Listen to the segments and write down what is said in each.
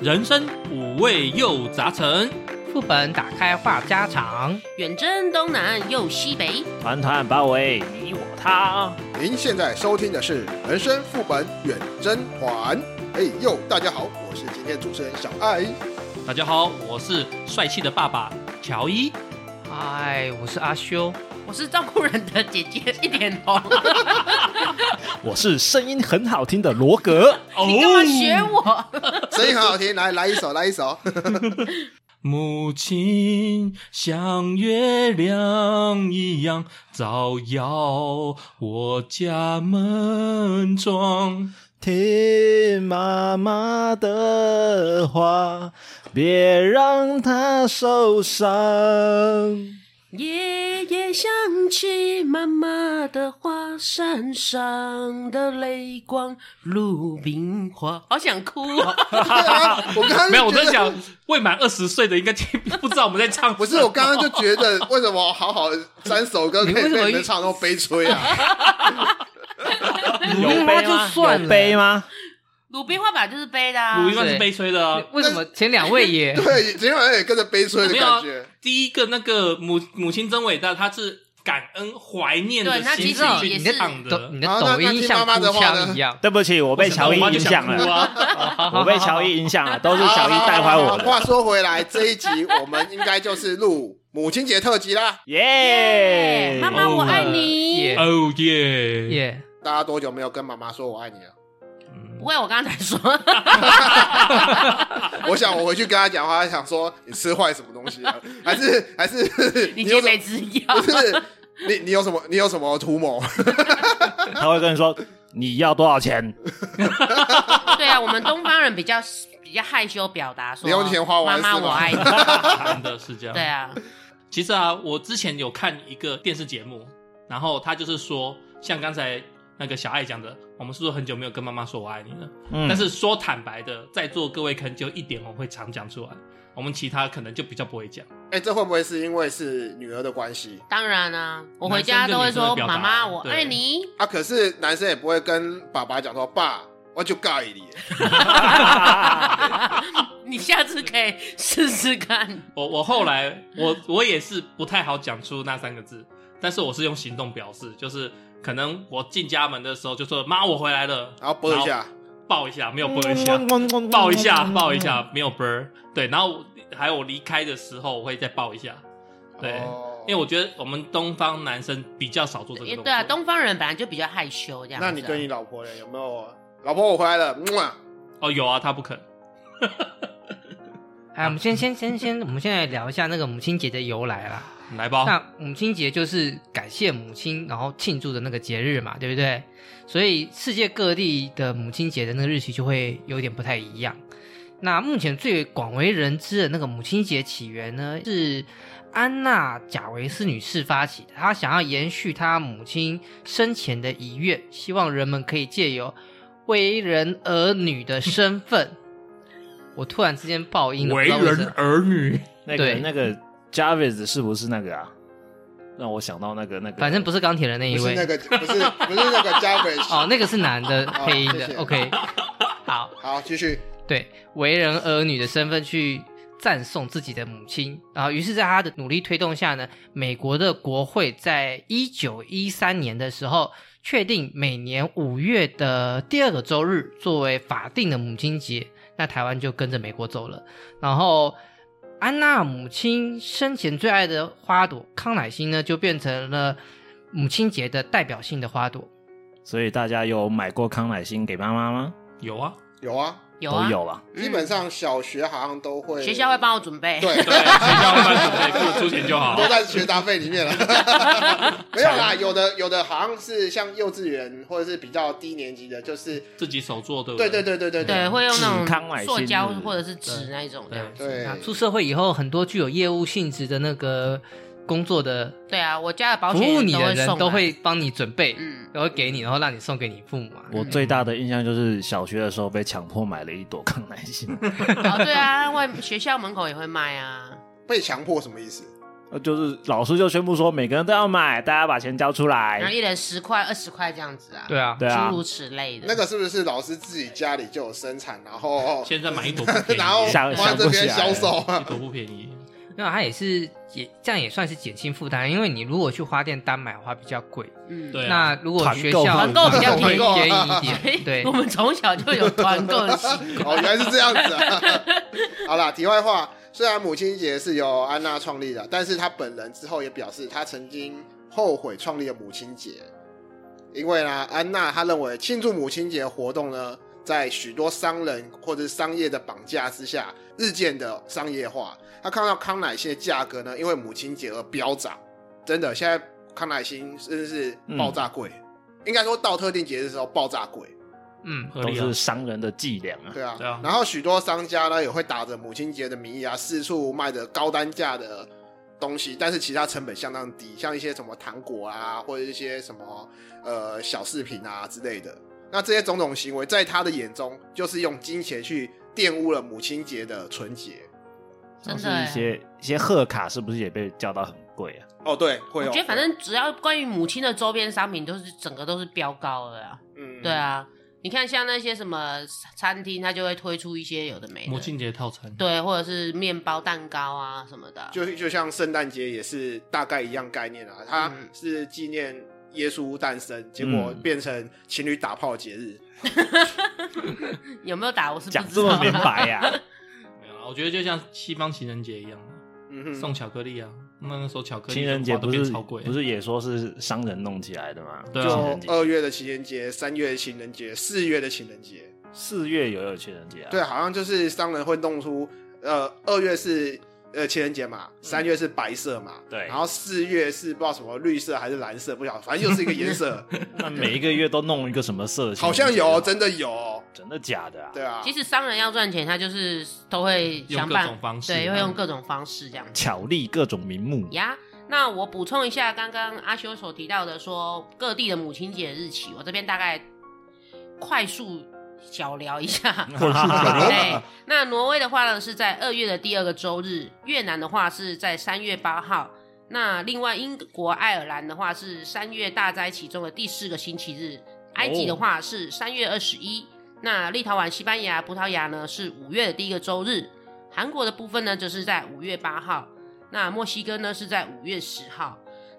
人生五味又杂陈，副本打开话家常，远征东南又西北，团团包围你我他。您现在收听的是《人生副本远征团》。哎呦，大家好，我是今天主持人小爱。大家好，我是帅气的爸爸乔伊。嗨，哎我是阿修，我是照顾人的姐姐， 一点红。我是声音很好听的罗格。哦你干嘛学我？声音很好听，来来一首，来一首。母亲像月亮一样照耀我家门窗。听妈妈的话，别让她受伤。夜夜想起妈妈的话，山上的泪光，鲁冰花。好想哭哦！对啊，我刚刚没有，我就觉在得想，未满二十岁的应该 听不知道我们在唱什么。不是，我刚刚就觉得，为什么好好的三首歌可以你为什么被你一们唱那么悲催啊？鲁冰花就算有了，杯吗？鲁冰花本来就是悲的啊。鲁一万是悲催的啊。为什么前两位也对，今天好像也跟着悲催的没有啊感觉。第一个那个母母亲真伟大，他是感恩怀念的对他心其实情也去是唱的抖。你的好那抖音像哭腔一样？对不起，我被乔伊影响我想到我妈就想哭了，啊。 我被乔伊影响了，都是小伊带坏我好好好话的。说回来，这一集我们应该就是录母亲节特辑啦。耶！妈妈我爱耶你。哦耶！耶，大家多久没有跟妈妈说我爱你了？不会，我刚才说 我想我回去跟她讲话，她想说你吃坏什么东西了，还是还是你姐有什么没吃药不，是你你有什么你有什么图谋？ 他会跟你说你要多少钱？对啊，我们东方人比较比较害羞表达说，零用钱花完妈是妈吗我爱你。真的是这样。对啊，其实啊，我之前有看一个电视节目，然后他就是说，像刚才那个小爱讲的，我们是不是很久没有跟妈妈说我爱你了？嗯但是说坦白的，在座各位可能就一点我会常讲出来，我们其他可能就比较不会讲。哎、这会不会是因为是女儿的关系？当然啊，我回家都会男生跟女生的说表达妈妈我对爱你。啊，可是男生也不会跟爸爸讲说，爸，我就告你。 啊 你下次可以试试看。我我后来我我也是不太好讲出那三个字，但是我是用行动表示，就是可能我进家门的时候就说妈我回来了，然后啵一下，抱一下，嗯没有啵一下，嗯抱一下抱一下，没有啵儿。对，然后还有我离开的时候我会再抱一下，对。哦因为我觉得我们东方男生比较少做这个因动作。为对啊，东方人本来就比较害羞这样子啊、那你跟你老婆嘞有没有？老婆，我回来了，嗯啊哦有啊，他不肯。哎，我们先先先先，我们现在聊一下那个母亲节的由来啦。来吧，那母亲节就是感谢母亲，然后庆祝的那个节日嘛，对不对？所以世界各地的母亲节的那个日期就会有点不太一样。那目前最广为人知的那个母亲节起源呢，是安娜·贾维斯女士发起的。她想要延续她母亲生前的遗愿，希望人们可以借由为人儿女的身份。我突然之间爆音了，不为知道为什人么儿女，那个对那个 Jarvis 是不是那个啊？让我想到那个那个，反正不是是钢铁人那一不位，是那个，不是不是那个嘉伟。 哦，那个是男 的配音的、谢谢 o k 好，好，继续。对，为人儿女的身份去赞颂自己的母亲，然后于是在他的努力推动下呢，美国的国会在一九一三年的时候确定每年五月的第二个周日作为法定的母亲节，那台湾就跟着美国走了，然后。安娜母亲生前最爱的花朵康乃馨呢，就变成了母亲节的代表性的花朵。所以大家有买过康乃馨给妈妈吗？有啊，有啊，有啊，都有吧。嗯基本上小学好像都会，学校会帮我准备。对对， 学校会帮你准备，付出钱就好。都在学杂费里面了。没有啦，有的有的好像是像幼稚园或者是比较低年级的，就是自己手做，对不对对对对对对对，会用那纸康乃啊种馨塑胶是不是或者是纸那一种这对样子。对啊，出社会以后，很多具有业务性质的那个工作的对啊，我家的保服险务你的会送人啊都会帮你准备，嗯，然后给你，然后让你送给你父母啊。我最大的印象就是小学的时候被强迫买了一朵康乃馨，哦对啊，外学校门口也会卖啊。被强迫什么意思？呃就是老师就宣布说，每个人都要买，大家把钱交出然后来。一人十块、二十块这样子啊，哎对啊，对啊诸，如此类的。那个是不是老师自己家里就有生产，然后现在买一 朵不便宜，然后想放在这边想销不起来售啊一？朵不便宜，那它也是也这样也算是减轻负担，因为你如果去花店单买的话比较贵，嗯，对啊，那如果学校团购比较便宜团购便宜一点，对 我，们从小就有团购的习哦，原来是这样子啊！ 好啦，题外话，虽然母亲节是由安娜创立的，但是她本人之后也表示，她曾经后悔创立了母亲节，因为呢，安娜她认为庆祝母亲节活动呢，在许多商人或者是商业的绑架之下，日渐的商业化。她看到康乃馨的价格呢，因为母亲节而飙涨，真的，现在康乃馨真的是爆炸贵，应该说到特定节日的时候爆炸贵。嗯，合都理啊是。商人的伎俩啊。对啊，对啊然后许多商家呢也会打着母亲节的名义啊，四处卖着高单价的东西，但是其他成本相当低，像一些什么糖果啊，或者一些什么呃小饰品啊之类的。那这些种种行为，在他的眼中，就是用金钱去玷污了母亲节的纯洁。像真是的一些一些贺卡是不是也被叫到很贵啊？哦，对，会我有。觉得反正只要关于母亲的周边商品，都是整个都是飙高了啊。嗯，对，啊，你看像那些什么餐厅，它就会推出一些有的啊没母的，亲节套餐，对，或者是面包、蛋糕啊什么的。嗯就就像圣诞节也是大概一样概念啊，它嗯是纪念耶稣诞生，结果嗯变成情侣打炮的节日。有没有打？我是不讲知这道么啊。明白呀、没有啦，啊我觉得就像西方情人节一样，嗯哼，送巧克力啊，那个时候巧克力情人节花都不变是超贵，不是也说是商人弄起来的吗？对啊情人就呃节二月的情人节、三月的情人节、四月的情人节，四月也有情人节啊。对，，好像就是商人会弄出，呃，二月是呃情人节嘛，三月是白色嘛，对然后四月是不知道什么绿色还是蓝色，不晓得，反正又是一个颜色，那每一个月都弄一个什么色情？好像有，真的有哦，真的假的啊？对啊，其实商人要赚钱，他就是都会用想各办种方式，对，会嗯用各种方式这样子巧立各种名目，呀。那我补充一下，刚刚阿修所提到的说各地的母亲节日期，我这边大概快速小聊一下。或者是对， 那挪威的话呢是在二月的第二个周日，越南的话是在三月八号。那另外英国、爱尔兰的话是三月大灾其中的第四个星期日，埃及哦的话是三月二十一。那立陶宛、西班牙、葡萄牙呢是五月的第一个周日，韩国的部分呢就是在五月八号，那墨西哥呢是在五月十号。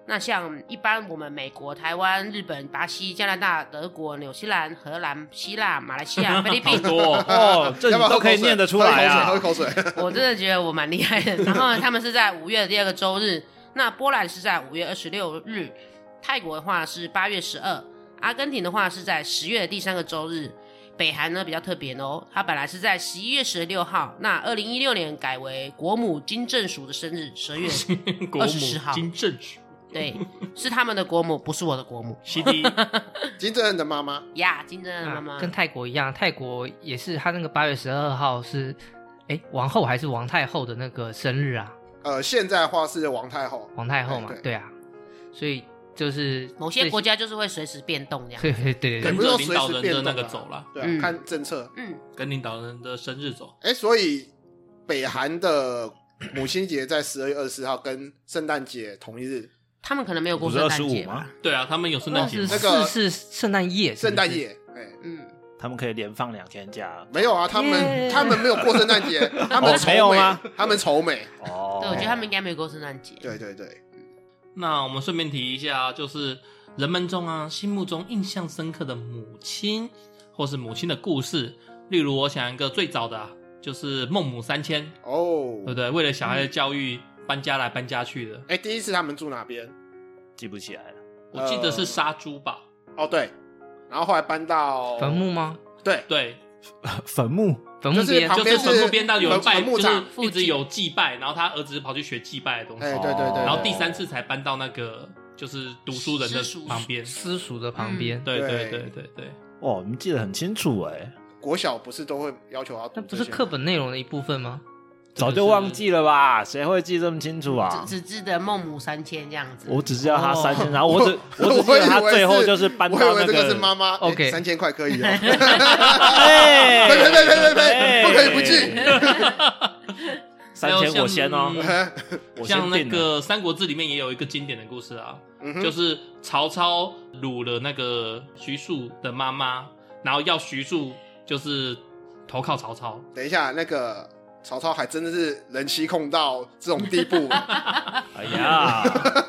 那像一般我们美国、台湾、日本、巴西、加拿大、德国、纽西兰、荷兰、希腊、马来西亚、菲律宾好多哦哦，这要你不要都喝可以口水念得出来啊喝一。口水，喝一口水，我真的觉得我蛮厉害的。然后呢他们是在五月的第二个周日，那波兰是在五月二十六日，泰国的话是八月十二，阿根廷的话是在十月的第三个周日。北韩呢比较特别哦，它本来是在十一月十六号，那二零一六年改为国母金正淑的生日，十 嗯二月。国20号母金正 淑对，是他们的国母，不是我的国母 CD 金正恩的妈妈，呀。金正恩的妈啊妈，跟泰国一样，泰国也是他那个八月十二号是，哎，王后还是王太后的那个生日啊，呃，现在的话是王太后，王太后嘛对，对对啊，所以就是某些国家就是会随时变动这样。 对，对对对也对跟不对，着领是说随导时人变的动那个啊走啦，对啊嗯，看政策，嗯，跟领导人的生日走，哎，所以北韩的母亲节在十二月二十四号跟圣诞节同一日，他们可能没有过不是圣二诞十五节吗吧？？对啊，他们有圣诞节是吗，那个是圣诞夜，是不是圣诞，夜，哎。嗯，他们可以连放两天假。没有啊，他们耶他们没有过圣诞 节，他们哦愁没有美吗，他们愁美。哦，对，我觉得他们应该没有过圣诞节。对对对，那我们顺便提一下，就是人们中啊心目中印象深刻的母亲，或是母亲的故事。例如，我想一个最早的、啊、就是孟母三迁，哦对不，对？为了小孩的教育，搬家来搬家去的。哎，第一次他们住哪边？记不起来了。我记得是呃杀猪吧？哦，对，然后后来搬到坟，墓吗？对，对，坟墓坟就墓是边旁就边是是坟墓边上有人拜，坟墓就场是一直有祭拜，然后他儿子跑去学祭拜的东西哎，，对对对，然后对第三次才搬到那个就是读书人的私塾旁边。私塾的旁边，嗯对对对对对对，哦，你们记得很清楚哎，国小不是都会要求要读那这不些吗，是课本内容的一部分吗？早就忘记了吧？谁会记这么清楚啊？只只记得孟母三迁这样子。我只知道他三千，然后我只我只记以得他为最后就是搬到我以那为这个是妈妈哎 OK 三千块可以哦，哎，呸呸呸呸呸，哎不可以不记。三千我先哦，还有像我先像那定了。个《三国志》里面也有一个经典的故事啊，嗯哼就是曹操掳了那个徐庶的妈妈，然后要徐庶就是投靠曹操。等一下，那个曹操还真的是人妻控到这种地步，哎呀，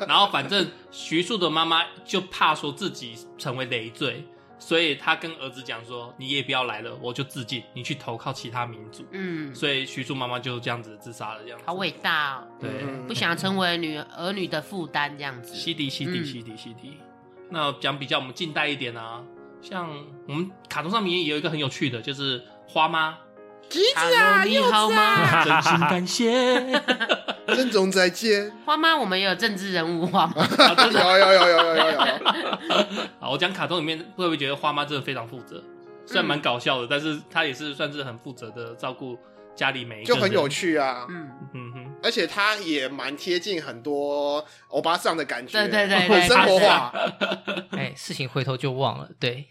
然后反正徐庶的妈妈就怕说自己成为累赘，所以她跟儿子讲说：“你也不要来了，我就自尽，你去投靠其他民族。”嗯，所以徐庶妈妈就这样子自杀了，这样子好伟大哦，对，嗯不想成为女儿女的负担这样子。西迪西迪嗯西迪西迪。那讲比较我们近代一点啊，像我们卡通上面也有一个很有趣的，就是花妈， 橘子哈啊，喽你柚子好吗啊，真心感谢。 任总再见。花妈，我们也有政治人物花妈，有有有有有有有，好，我讲卡通里面会不会觉得花妈真的非常负责？虽然蛮搞笑的，但是她也是算是很负责的照顾家里每一个就人，很有。趣啊。嗯，嗯哼，而且它也蛮贴近很多欧巴桑的感觉，对对对 对很生活化。哎，事情回头就忘了，对，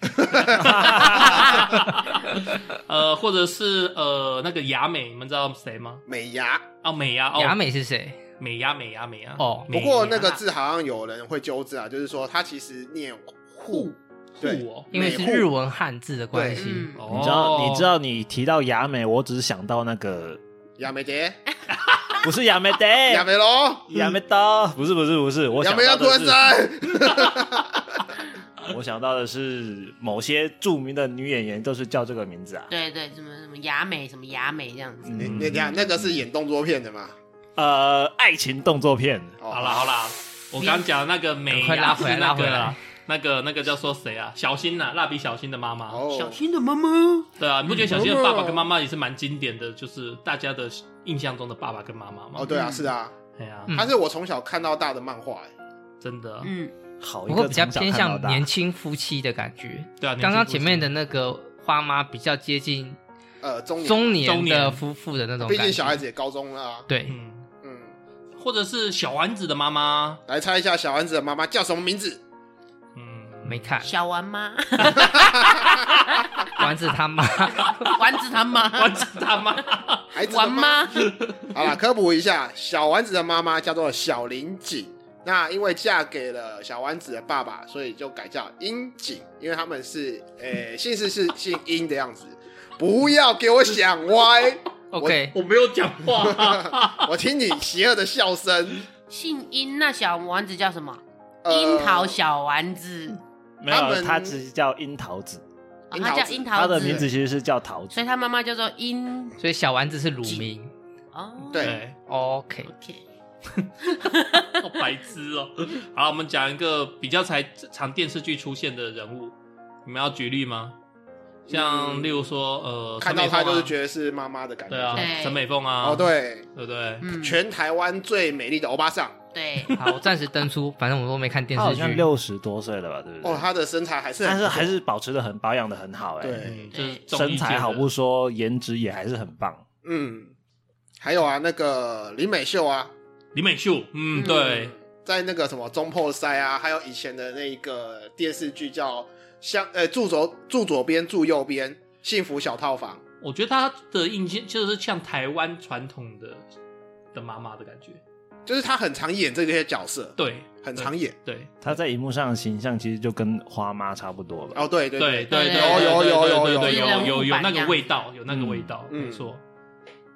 呃，或者是呃那个雅美，你们知道谁吗？美牙，哦，美呀，哦，雅美是谁？美呀，美呀，美呀。哦美不呀过那个字好像有人会纠正啊，就是说它其实念户，对酷哦，因为是日文汉字的关系。嗯，哦你知道你知道你提到雅美，我只是想到那个亚美蝶，哎不是雅美德，亚美龙，雅美刀，不是不是不是，我亚想美要到突的然是神，我想到的是某些著名的女演员都是叫这个名字啊。对对，什么什么雅美，什么雅美这样子。你你看那个是演动作片的嘛？呃，爱情动作片，哦好啦，好啦，我刚讲那个美赶快牙拉是回来那拉个回啦来那个那个叫说谁啊？小新呐，蜡笔小新的妈妈。哦，小新的妈妈，对啊，你不觉得小新的爸爸跟妈妈也是蛮经典的，就是大家的印象中的爸爸跟妈妈吗哦，？对啊，是啊，对呀，嗯它是我从小看到大的漫画，哎真的，嗯，好一不过个比较从小偏看到向大年轻夫妻的感觉。对啊。刚刚年轻夫妻前面的那个花妈比较接近呃，中年，中年中的年夫妇的那种毕感觉。竟小孩子也高中了啊。对，嗯，嗯，或者是小丸子的妈妈，来猜一下小丸子的妈妈叫什么名字？嗯，没看小丸妈， 丸子他妈丸子他 妈，丸子他 妈，孩子的丸妈，好了，科普一下，小丸子的妈妈叫做小林锦。那因为嫁给了小丸子的爸爸，所以就改叫樱井，因为他们是诶、姓氏是姓樱的样子。不要给我想歪， ，OK，我没有讲话，我听你邪恶的笑声。 姓殷，那小丸子叫什么？ 呃樱桃，小丸子，没他有，们他只是叫樱桃子，哦樱他桃叫子樱他桃的名字子，其实是叫桃所子以。他妈妈叫做樱所以小丸子是乳名。哦。对， OK， ，OK， 好白痴哦。好，我们讲一个比较才常电视剧出现的人物，你们要举例吗？像嗯例如说，呃，看到陈美凤她啊就是觉得是妈妈的感觉。对啊对，陈美凤啊，哦，对，对不对？嗯，全台湾最美丽的欧巴桑。对， 好，我暂时登出，反正我都没看电他好视像剧。六十多岁了吧，对不对？哦，她的身材还是很但不是错，还是保持的很保养的很好，哎，对嗯，就是综艺身界材的好不说，颜值也还是很棒。嗯，还有啊，那个李美秀啊，李美秀，嗯，嗯对，在那个什么中破塞啊，还有以前的那一个电视剧叫《向呃住左住左边住右边》幸福小套房，我觉得她的印象就是像台湾传统的的妈妈的感觉，就是他很常演这些角色，对，很常演。对，他在荧幕上的形象其实就跟花妈差不多吧。哦，对对对对对，对，有对对有有对有对有有有有有那个味道，有那个味道，嗯没错。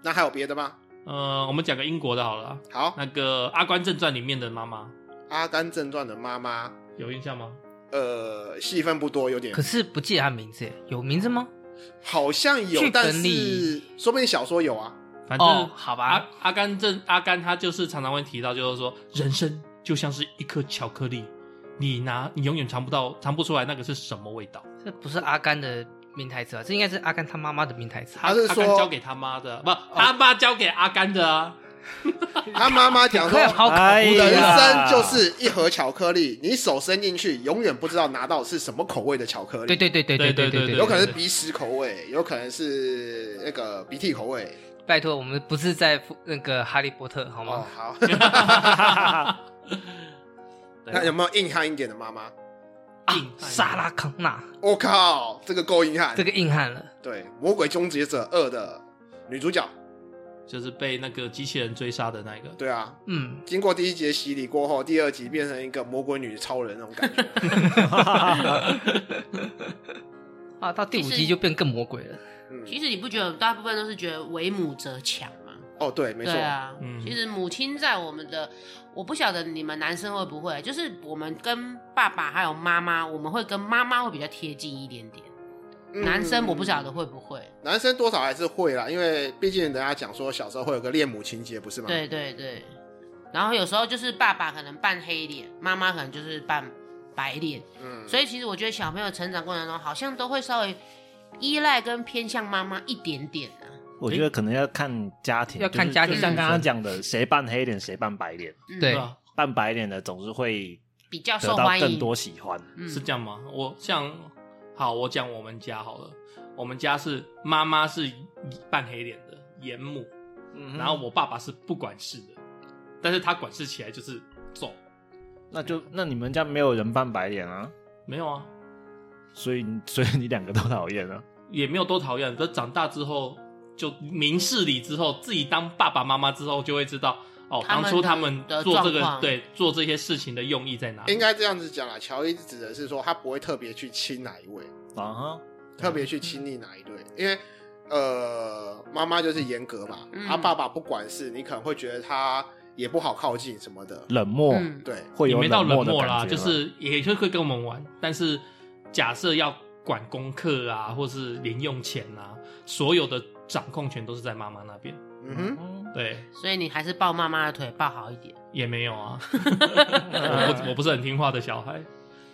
那还有别的吗？呃，我们讲个英国的好了，啊好，那个《阿甘正传》里面的妈妈《阿甘正传》的妈妈，有印象吗？呃，戏份不多，有点可是不记得他名字耶，有名字吗？好像有剧，本但是里说不定小说有啊。反哦正，好阿吧，阿甘正阿甘他就是常常会提到，就是说人生就像是一颗巧克力，你拿你永远尝不到尝不出来那个是什么味道。这不是阿甘的名台词啊，这应该是阿甘他妈妈的名台词。他是阿甘说哦交给他妈的，不，他妈交给阿甘的 啊。他妈妈讲 说快，好考哎古呀人的啊，生就是一盒巧克力，你手伸进去，永远不知道拿到是什么口味的巧克力。对对对对对对对对对对有对，可能是鼻屎口味，有可能是那个鼻涕口味。拜托，我们不是在那个哈利波特好哦吗？，好，对 那有没有硬汉一点的妈妈？啊，莎拉康纳我、靠，这个够硬汉。这个硬汉了。对，《魔鬼终结者二》的女主角就是被那个机器人追杀的那个。对啊， 嗯，经过第一集的洗礼过后，第二集变成一个魔鬼女超人那种感觉。 啊，到第五其实集就变更魔鬼了。嗯，其实你不觉得大部分都是觉得为母则强吗？哦，对，没错对，啊，嗯其实母亲在我们的，我不晓得你们男生会不会，就是我们跟爸爸还有妈妈，我们会跟妈妈会比较贴近一点点。嗯男生我不晓得会不会，男生多少还是会啦，因为毕竟人家讲说小时候会有个恋母情节，不是吗？对对对。然后有时候就是爸爸可能扮黑脸，妈妈可能就是扮白脸，嗯，所以其实我觉得小朋友成长过程中好像都会稍微依赖跟偏向妈妈一点点啊。我觉得可能要看家庭，要看就是家庭就像成分刚刚讲的，谁扮黑脸，谁扮白脸，嗯、对吧？扮白脸的总是会比较得受到欢迎，更多喜欢。嗯是这样吗？我像好，我讲我们家好了，我们家是妈妈是扮黑脸的严母，嗯哼然后我爸爸是不管事的，但是他管事起来就是揍，那就那你们家没有人扮白脸啊，没有啊，所以 所以你两个都讨厌啊。也没有多讨厌。可是长大之后，就明事理之后，自己当爸爸妈妈之后，就会知道哦，他当们的初他们的做这状个况对做这些事情的用意在哪里？应该这样子讲啦。乔伊指的是说他不会特别去亲哪一位，啊哈，特别去亲你哪一嗯对，因为呃，妈妈就是严格嘛，嗯他、爸爸不管事，你可能会觉得他也不好靠近什么的。冷漠、嗯，对，会也有没到冷漠的漠感觉啦，吗就是也就会跟我们玩，但是假设要管功课啊，或是零用钱啊，所有的掌控权都是在妈妈那边。嗯哼，嗯对，所以你还是抱妈妈的腿抱好一点。也没有啊，我 不我不是很听话的小孩。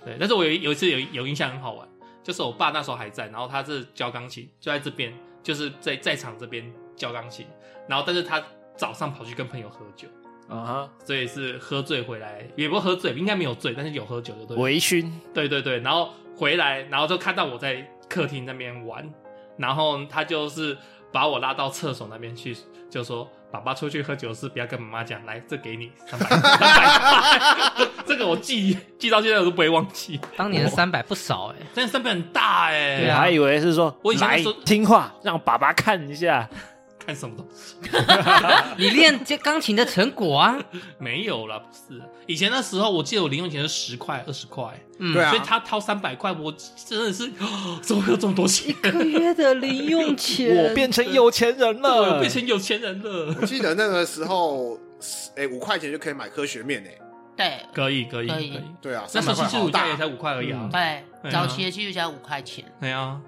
对，但是我有一有一次有有印象很好玩，就是我爸那时候还在，然后他是教钢琴，就在这边，就是在在场这边教钢琴，然后但是他早上跑去跟朋友喝酒，啊哈，所以是喝醉回来，也不是喝醉，应该没有醉，但是有喝酒就对了。微醺，对对对，然后回来，然后就看到我在客厅那边玩，然后他就是把我拉到厕所那边去，就说：“爸爸出去喝酒是不要跟妈妈讲，来，这给你三百，三百 块。”这个我记记到现在我都不会忘记，当年的三百不少哎、但是三百很大哎、对我啊还以为是说我以前来那时候听话，让爸爸看一下。看什么东西你练这钢琴的成果啊，没有啦，不是。以前那时候我记得我零用钱是十块、二十块，嗯，对啊所以他掏三百块，我真的是、哦怎么会有这么多钱？一个月的零用钱，我变成有钱人我了，变成有钱人了我，记得那个时候， 哎、五块钱就可以买科学面诶、对可以可以可可以以。对啊，那三时候百块七十好五家也大才。五块而已啊嗯。对啊对，早期的基础才五块钱。对啊，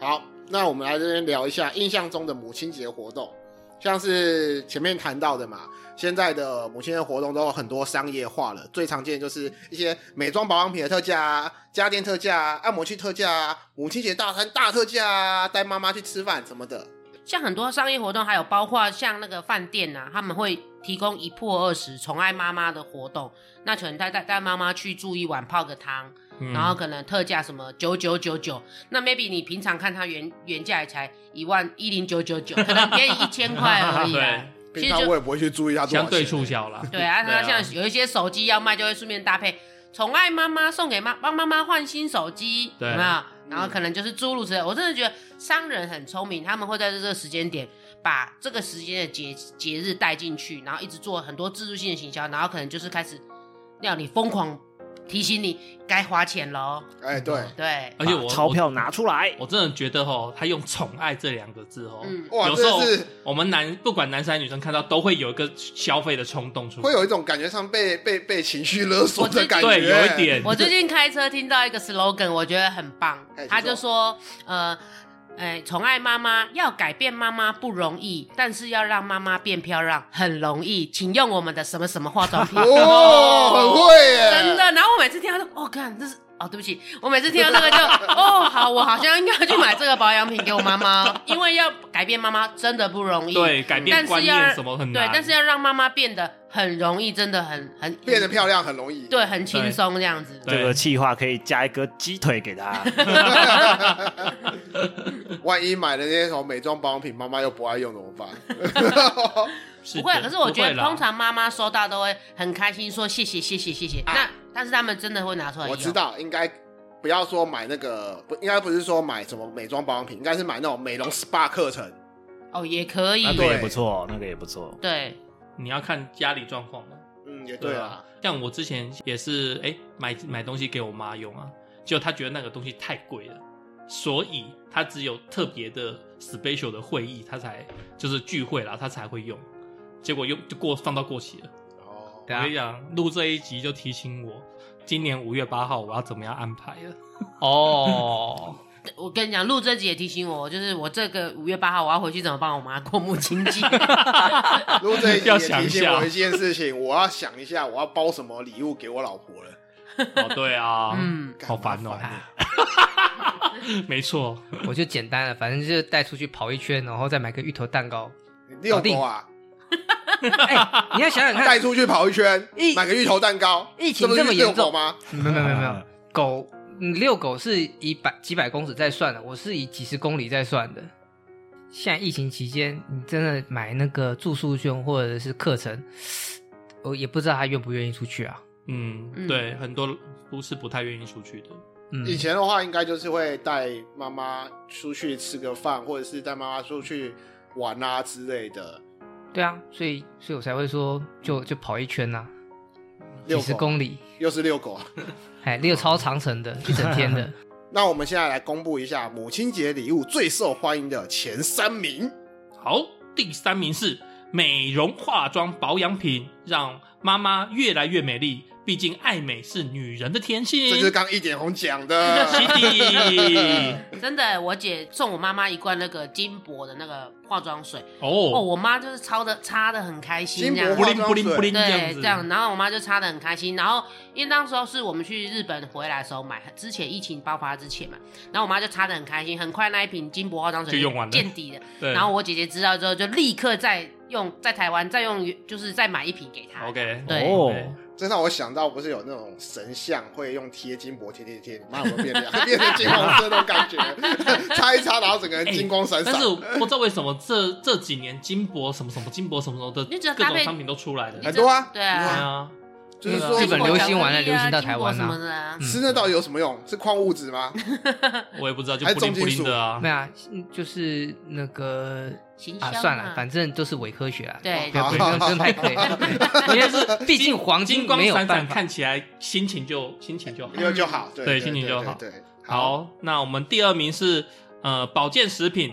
好，那我们来这边聊一下印象中的母亲节活动，像是前面谈到的嘛，现在的母亲节活动都有很多商业化了，最常见就是一些美妆保养品的特价啊、家电特价啊、按摩器特价啊、母亲节大餐大特价啊、带妈妈去吃饭什么的。像很多商业活动，还有包括像那个饭店啊，他们会提供一破二十宠爱妈妈的活动，那可能带带带妈妈去住一晚，泡个汤，嗯然后可能特价什么九九九九，那 maybe 你平常看它原原价也才一万一零九九九，可能便宜一千块 而已啊。 其平实常就我也不会去注意它多少相对钱。促销啦。对啊，对啊那像有一些手机要卖，就会顺便搭配宠爱妈妈送给妈，帮妈妈换新手机，对嗯有没有？然后可能就是诸如此类。我真的觉得商人很聪明，他们会在这个时间点把这个时间的节节日带进去，然后一直做很多自助性的行销，然后可能就是开始让你疯狂提醒你该花钱喽。哎，对，嗯对，而且我把钞，票拿出来我，我真的觉得哦，他用“宠爱”这两个字哦，嗯，哇，有真时候的是我们男不管男生还是女生看到都会有一个消费的冲动出来会。有一种感觉上被被被情绪勒索的感觉，对，有一。点，我最近开车听到一个 slogan，我觉得很棒哎，他请就说，呃，哎，宠爱妈妈，要改变妈妈不容易，但是要让妈妈变漂亮很容易，请用我们的什么什么化妆品。 哦，很会耶！真的。然后我每次听到说，哦，看这是。哦，对不起，我每次听到那个就， 哦，好，我好像应该去买这个保养品给我妈 妈，因为要改变妈妈真的不容易。对改变但观是要念什么很难。对，但是要让妈妈变得很容易，真的很很变得漂亮很容易。对，很轻松这样子。对这个气话可以加一个鸡腿给他。 万一买了那些什么美妆保养品，妈妈又不爱用怎么 办？是不会，啊的可是我觉得不会啦通常妈妈收到都会很开心，说谢谢谢谢谢谢。那但是他们真的会拿出来啊我用，知道，应该不要说买那个，不应该不是说买什么美妆保养品，应该是买那种美容 SPA 课程。哦，也可以那，个啊对也不错，那个也不错。对，你要看家里状况了。嗯，也对啊，啊，像我之前也是，哎、买买东西给我妈用啊，结果她觉得那个东西太贵了，所以她只有特别的 special 的会议，她才就是聚会啦，她才会用。结果用就过放到过期了。哦，对我啊跟你讲，录这一集就提醒我，今年五月八号我要怎么样安排了。哦，我跟你讲，录这集也提醒我，就是我这个五月八号我要回去怎么帮我妈过母亲 节。如果这一集要也想一提醒下我一件事情，我要想一下我要包什么礼物给我老婆了。哦，对啊，嗯，干好烦哦、麻 耶 没错，我就简单了，反正就是带出去跑一圈，然后再买个芋头蛋糕。你遛狗啊，哎、你要想想看带，出去跑一圈疫，买个芋头蛋糕，疫情这这不么是遛严狗重？吗？没有没有没有没有，狗你遛狗是以百几百公尺在算的，我是以几十公里在算的。现在疫情期间，你真的买那个住宿券或者是课程，我也不知道他愿不愿意出去啊。嗯，嗯对，很多都是不太愿意出去的。嗯，以前的话，应该就是会带妈妈出去吃个饭，或者是带妈妈出去玩啊之类的。对啊，所以所以我才会说就就跑一圈呐、遛几狗十公里，又是遛狗。啊哎，六超长程的，一整天的。 那我们现在来公布一下母亲节礼物最受欢迎的前三名。好，第三名是美容化妆保养品，让妈妈越来越美丽。毕竟爱美是女人的天性。这就是刚一点红讲的。 基地真的，我姐送我妈妈一罐那个金箔的那个化妆水，哦，哦，我妈就是擦的擦的很开心这金箔样布化。灵布灵布灵这样对，子，这样，然后我妈就擦的很开心。然后因为当时候是我们去日本回来的时候买，之前疫情爆发之前嘛，然后我妈就擦的很开心。很快那一瓶金箔化妆水就用完了见底了。对。然后我姐姐知道之后，就立刻再用在台湾再用，就是再买一瓶给她。 OK，对哦，这让我想到，不是有那种神像会用贴金箔贴贴贴，你妈有没有变亮？变成金黄色那种感觉， 擦一擦，然后整个人金光闪闪。但是我不知道为什么这这几年金箔什么什么金箔什么什么的你只要各搭种配商品都出来了。你对很这多啊嗯对啊，啊，就是对啊说，嗯日本流行完了流行到台湾啊哎金箔什么的啊。吃那到底有什么用？是矿物质吗？我也不知道，就还布灵布重金灵属的啊没。有啊，嗯就是那个行销啊，嘛算了，反正哦都是伪科学啦。啊对不要不好要不用太亏， 因为是毕竟黄金金光没有闪办闪，法。看起来心情就心情就好。有就好，对对对，心情就好对，对好，好，那我们第二名是呃保健食品。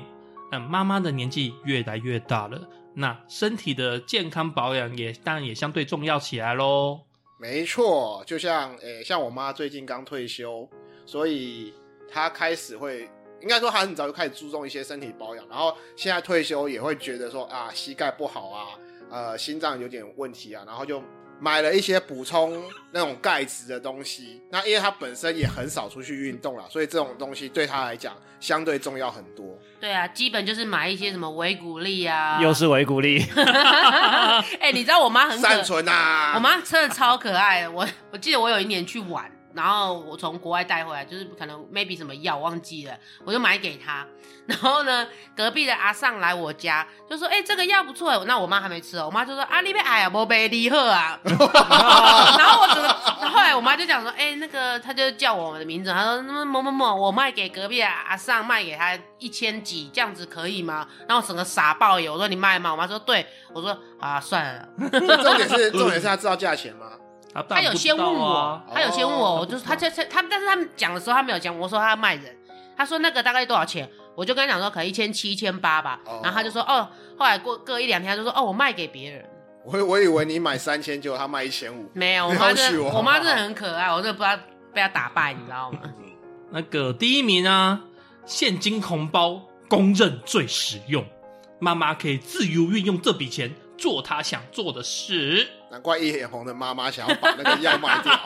嗯，妈妈的年纪越来越大了，那身体的健康保养也当然也相对重要起来喽。没错，就像诶、像我妈最近刚退休，所以她开始会，应该说她很早就开始注重一些身体保养，然后现在退休也会觉得说啊，膝盖不好啊，呃，心脏有点问题啊，然后就买了一些补充那种钙质的东西。那因为她本身也很少出去运动啦，所以这种东西对她来讲相对重要很多。对啊，基本就是买一些什么维骨力啊。又是维骨力， 哎、你知道我妈 很可善存啊，我 妈真的超可爱的。我我记得我有一年去玩，然后我从国外带回来，就是可能 maybe 什么药忘记了，我就买给她。然后呢， 隔壁的阿尚来我家，就说：“哎、这个药不错。”那我妈还没吃哦，我妈就说：“啊，你被哎呀，没被离喝啊。” 然后我整个，然后后来我妈就讲说：“哎、那个，她就叫我的名字，她说那某某某，我卖给隔壁的阿尚，卖给他一千几，这样子可以吗？”然后我整个傻爆眼，我说：“你卖吗？”我妈说：“对。”我说：“啊，算了。”重点是重点是她知道价钱吗？他他有先问我，他有先问我，哦我就是他就他他，但是他们讲的时候他没有讲，我说他要卖人，他说那个大概多少钱，我就跟他讲说可能一千七、一千八吧，哦然后他就说哦，后来过隔一两天他就说哦，我卖给别人，我我以为你买三千，结果她卖一千五。没有，我你妈好真气的我我妈真的很可爱，我真的不知道被他打败，你知道吗？那个第一名啊，现金红包公认最实用，妈妈可以自由运用这笔钱做她想做的事，难怪一脸红的妈妈想要把那个药卖掉。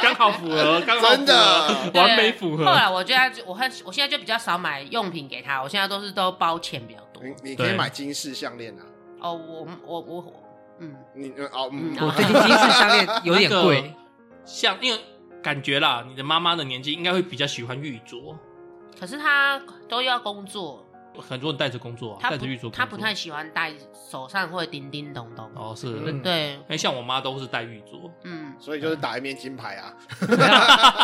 刚好符合，刚好符合真的 对完美符后合。来我就要我很我现在就比较少买用品给他，我现在都是都包钱比较多。你你可以买金饰项链啊，哦，我我我嗯，你哦嗯，嗯我最近金饰项链有点那贵个，像因为感觉啦，你的妈妈的年纪应该会比较喜欢玉镯，可是他都要工作，很多人带着工作啊，他带不着玉镯，他不太喜欢戴手上会叮叮咚咚。哦是，嗯对，哎像我妈都是戴玉镯，嗯，所以就是打一面金牌啊。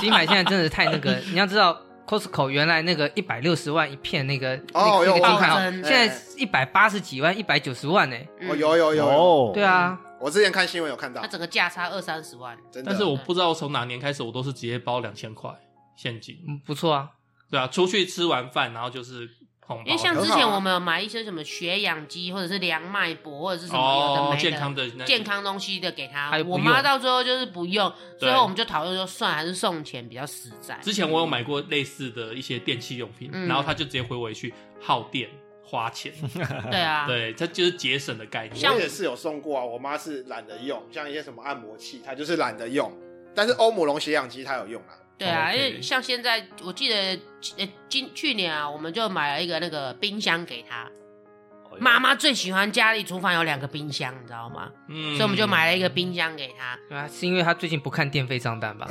金牌现在真的太那个，你要知道， Costco 原来那个一百六十万一片那个哦那个有那个金暴卡增现在一百八十几万，一百九十万呢、嗯哦，有有有有，哦，对啊，我之前看新闻有看到它，整个价差二三十万，真的。但是我不知道从哪年开始，我都是直接包两千块现金，嗯，不错啊。对啊，出去吃完饭然后就是红包，因为像很之好前啊我们有买一些什么血氧机，或者是量脉搏，或者是什么有的哦没的健康的那健康东西的给他他也。不我妈用到最后就是不用，对最后我们就讨论说，算了还是送钱比较实在。之前我有买过类似的一些电器用品，嗯然后他就直接回我一句耗电花钱，对 啊， 对，它就是节省的概念。像我也是有送过啊，我妈是懒得用，像一些什么按摩器，她就是懒得用。但是欧姆龙血氧机她有用啊，对啊，哦 OK 因为像现在我记得呃今去年啊，我们就买了一个那个冰箱给他。哦妈妈最喜欢家里厨房有两个冰箱，你知道吗？嗯所以我们就买了一个冰箱给他。对啊，是因为他最近不看电费账单吧？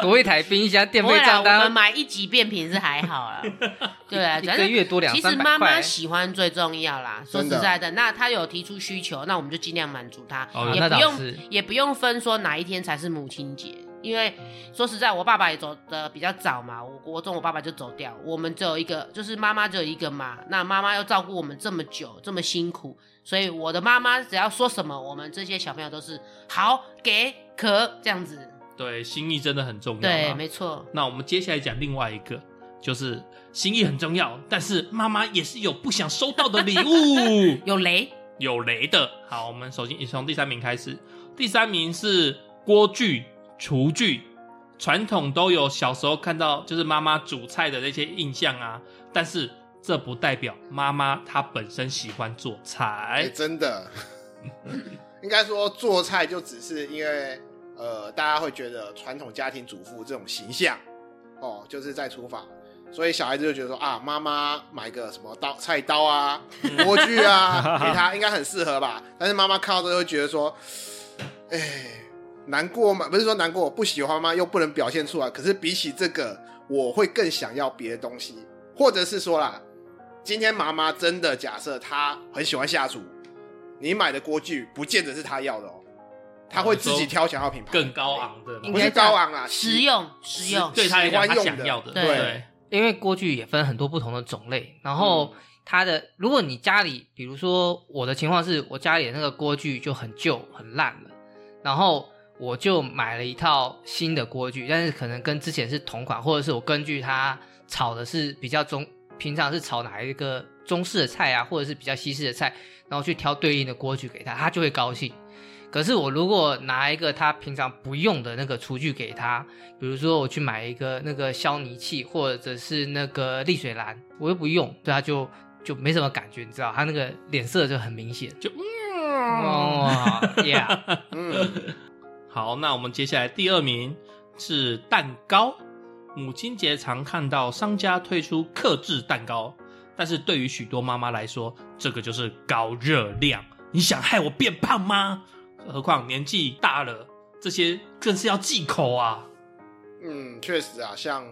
多一台冰箱，电 不费会啦，账我们单买一级变频是还 好啦。对啊，一反个正月多两其实三百妈妈块。喜欢最重要啦。说实真的在的，那她有提出需求，那我们就尽量满足她，哦也那不倒用是也不用分说哪一天才是母亲节，因为说实在，我爸爸也走的比较早嘛，我国中我爸爸就走掉，我们只有一个，就是妈妈只有一个嘛，那妈妈又照顾我们这么久，这么辛苦，所以我的妈妈只要说什么，我们这些小朋友都是好给可这样子，对心意真的很重要对，啊。没错，，那我们接下来讲另外一个，就是心意很重要，但是妈妈也是有不想收到的礼物 有雷，有雷的。好，我们首先从第三名开始，第三名是锅具、厨具，传统都有小时候看到就是妈妈煮菜的那些印象啊，但是这不代表妈妈她本身喜欢做哎、菜。真的。应该说做菜就只是因为呃，大家会觉得传统家庭主妇这种形象哦，就是在厨房，所以小孩子就觉得说啊，妈妈买个什么刀、菜刀啊、锅具啊给他，应该很适合吧？但是妈妈看到之后会觉得说，哎、难过嘛，不是说难过，不喜欢吗？又不能表现出来。可是比起这个，我会更想要别的东西，或者是说啦，今天妈妈真的假设她很喜欢下厨，你买的锅具不见得是她要的哦，她会自己挑想要品牌，更高昂的，应不该是高昂啦，实用实用，啊对她来讲，喜欢她用想的要的，对对，因为锅具也分很多不同的种类，然后它的，如果你家里，比如说我的情况是我家里的那个锅具就很旧很烂了，然后我就买了一套新的锅具，但是可能跟之前是同款，或者是我根据它炒的是比较中，平常是炒哪一个中式的菜啊，或者是比较西式的菜，然后去挑对应的锅具给他，他就会高兴。可是我如果拿一个他平常不用的那个厨具给他，比如说我去买一个那个消泥器或者是那个沥水篮，我又不用，对他就就没什么感觉，你知道，他那个脸色就很明显。就哦，Yeah，嗯，好，那我们接下来第二名是蛋糕。母亲节常看到商家推出克制蛋糕，但是对于许多妈妈来说，这个就是高热量。你想害我变胖吗？何况年纪大了，这些更是要忌口啊。嗯，确实啊，像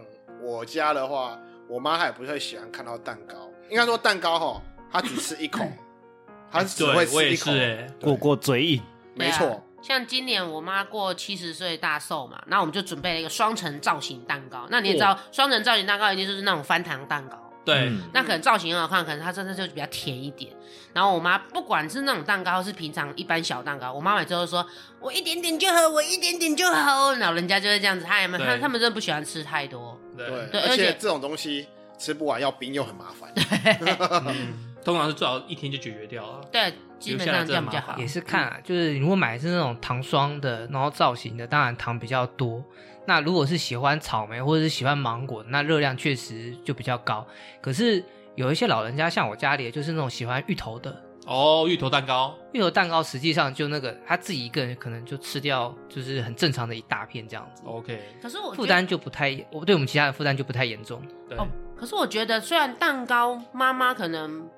我家的话，我妈还不太喜欢看到蛋糕。应该说蛋糕哈，她只吃一口， 她只对会，我吃也一口是、，欸，过过嘴瘾，没对啊错。像今年我妈过七十岁大寿嘛，那我们就准备了一个双层造型蛋糕。那你也知道，双层造型蛋糕一定就是那种翻糖蛋糕，对，嗯那可能造型很好看，可能它真的就比较甜一点。然后我妈不管是那种蛋糕，是平常一般小蛋糕，我妈买之后说：“我一点点就好，我一点点就好。”老人家就是这样子，他也没他对他们真的不喜欢吃太多。对，对而而且且这种东西吃不完要冰又很麻烦。 嗯通常是最好一天就解决掉啊了。对，基本上这样比留下来真的麻较好烦也。是看啊，就是你如果买的是那种糖霜的，然后造型的，当然糖比较多。那如果是喜欢草莓或者是喜欢芒果，那热量确实就比较高。可是有一些老人家，像我家里就是那种喜欢芋头的，哦，芋头蛋糕，芋头蛋糕实际上就那个他自己一个人可能就吃掉，就是很正常的一大片这样子， OK，可是我觉得负担就不太，我对我们其他的负担就不太严重。对，哦，可是我觉得虽然蛋糕妈妈可能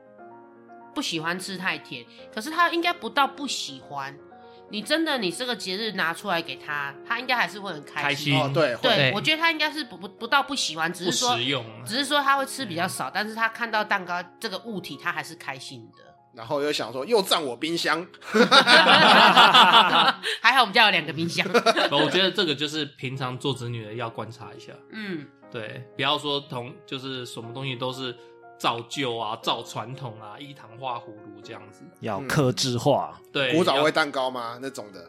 不喜欢吃太甜，可是她应该不到不喜欢。你真的你这个节日拿出来给她，她应该还是会很开开心。心，哦，对，对，会对我觉得她应该是不不不到不喜欢，只不是说实用啊， 只是说她会吃比较少，但是她看到蛋糕这个物体，她还是开心的。然后又想说又占我冰箱，还好我们家有两个冰箱。我觉得这个就是平常做子女的要观察一下，嗯，对，不要说同就是什么东西都是照旧啊、照传统啊、一堂画葫芦这样子。要克制化，对，古早味要蛋糕吗？那种的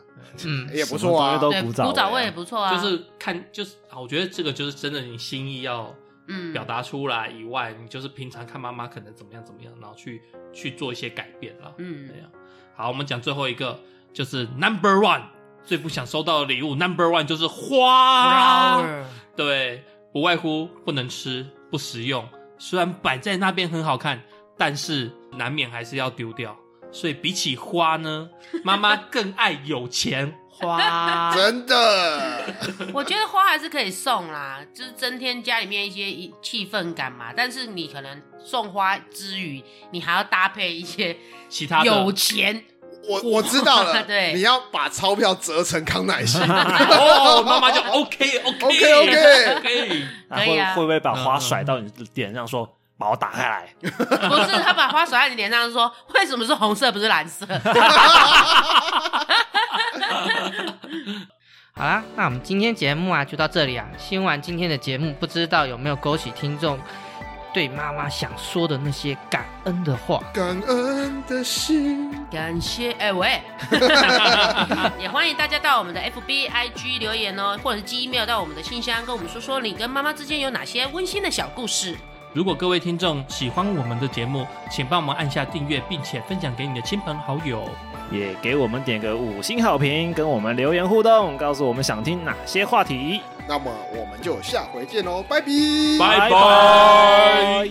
嗯，也不错啊什么。东西对，都古古早味啊味也不错啊。就是看就是，啊我觉得这个就是真的，你心意要嗯，表达出来以外，你就是平常看妈妈可能怎么样怎么样，然后去去做一些改变了。嗯这样。好，我们讲最后一个，就是 number one 最不想收到的礼物，number one 就是啊花。 Flower 对，不外乎不能吃，不实用。虽然摆在那边很好看，但是难免还是要丢掉。所以比起花呢， 妈妈更爱有钱花。真的， 我觉得花还是可以送啦，就是增添家里面一些一气氛感嘛。但是你可能送花之余，你还要搭配一些其他的有钱，我我知道了，对你要把钞票折成康乃馨，哦，妈妈就 OK OK OK，啊 OK，OK 可以会啊会不会把花嗯甩到你的脸上说？把我打 开来，不是他把花甩在你脸上说，为什么是红色不是蓝色？ 好啦，那我们今天节目啊就到这里啊。听完今天的节目，不知道有没有勾起听众对妈妈想说的那些感恩的话？感恩的心。感谢哎、喂，也欢迎大家到我们的 FB、IG 留言哦，或者是寄 email 到我们的信箱，跟我们说说你跟妈妈之间有哪些温馨的小故事。如果各位听众喜欢我们的节目，请帮我们按下订阅，并且分享给你的亲朋好友。也给我们点个五星好评，跟我们留言互动，告诉我们想听哪些话题。那么我们就下回见喽，拜拜拜，拜。